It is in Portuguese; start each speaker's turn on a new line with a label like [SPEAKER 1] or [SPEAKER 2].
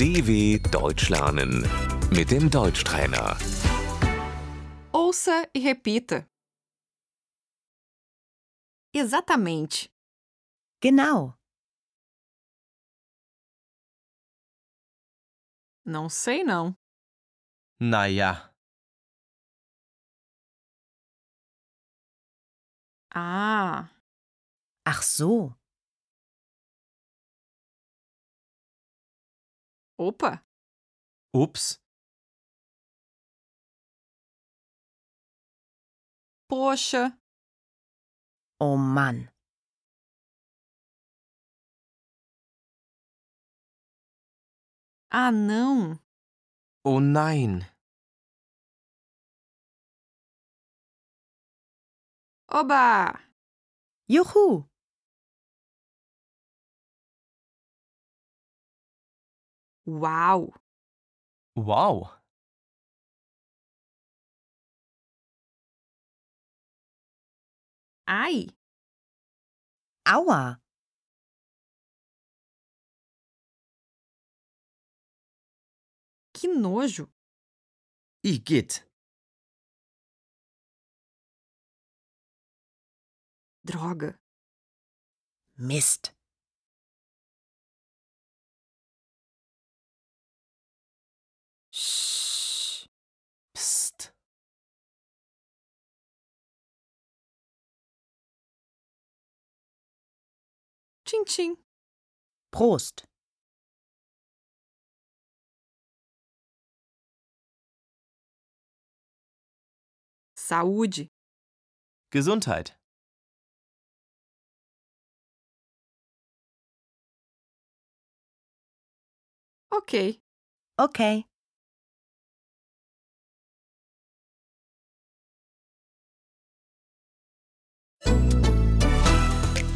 [SPEAKER 1] DW Deutsch lernen mit dem Deutschtrainer.
[SPEAKER 2] Ouça e repita. Exatamente.
[SPEAKER 3] Genau.
[SPEAKER 2] Não sei não.
[SPEAKER 4] Naja,
[SPEAKER 2] Ah,
[SPEAKER 3] Ach so.
[SPEAKER 2] opa,
[SPEAKER 4] ups,
[SPEAKER 2] poxa,
[SPEAKER 3] Oh Mann.
[SPEAKER 2] ah não,
[SPEAKER 4] oh nein,
[SPEAKER 2] oba,
[SPEAKER 3] Juhu.
[SPEAKER 2] uau,
[SPEAKER 4] wow,
[SPEAKER 2] ai,
[SPEAKER 3] Aua.
[SPEAKER 2] que nojo,
[SPEAKER 4] igitt,
[SPEAKER 2] droga,
[SPEAKER 3] Mist.
[SPEAKER 2] shhh,
[SPEAKER 4] psst,
[SPEAKER 2] tchim tchim.
[SPEAKER 3] Prost.
[SPEAKER 2] Saúde,
[SPEAKER 4] Gesundheit,
[SPEAKER 2] ok,
[SPEAKER 3] Okay.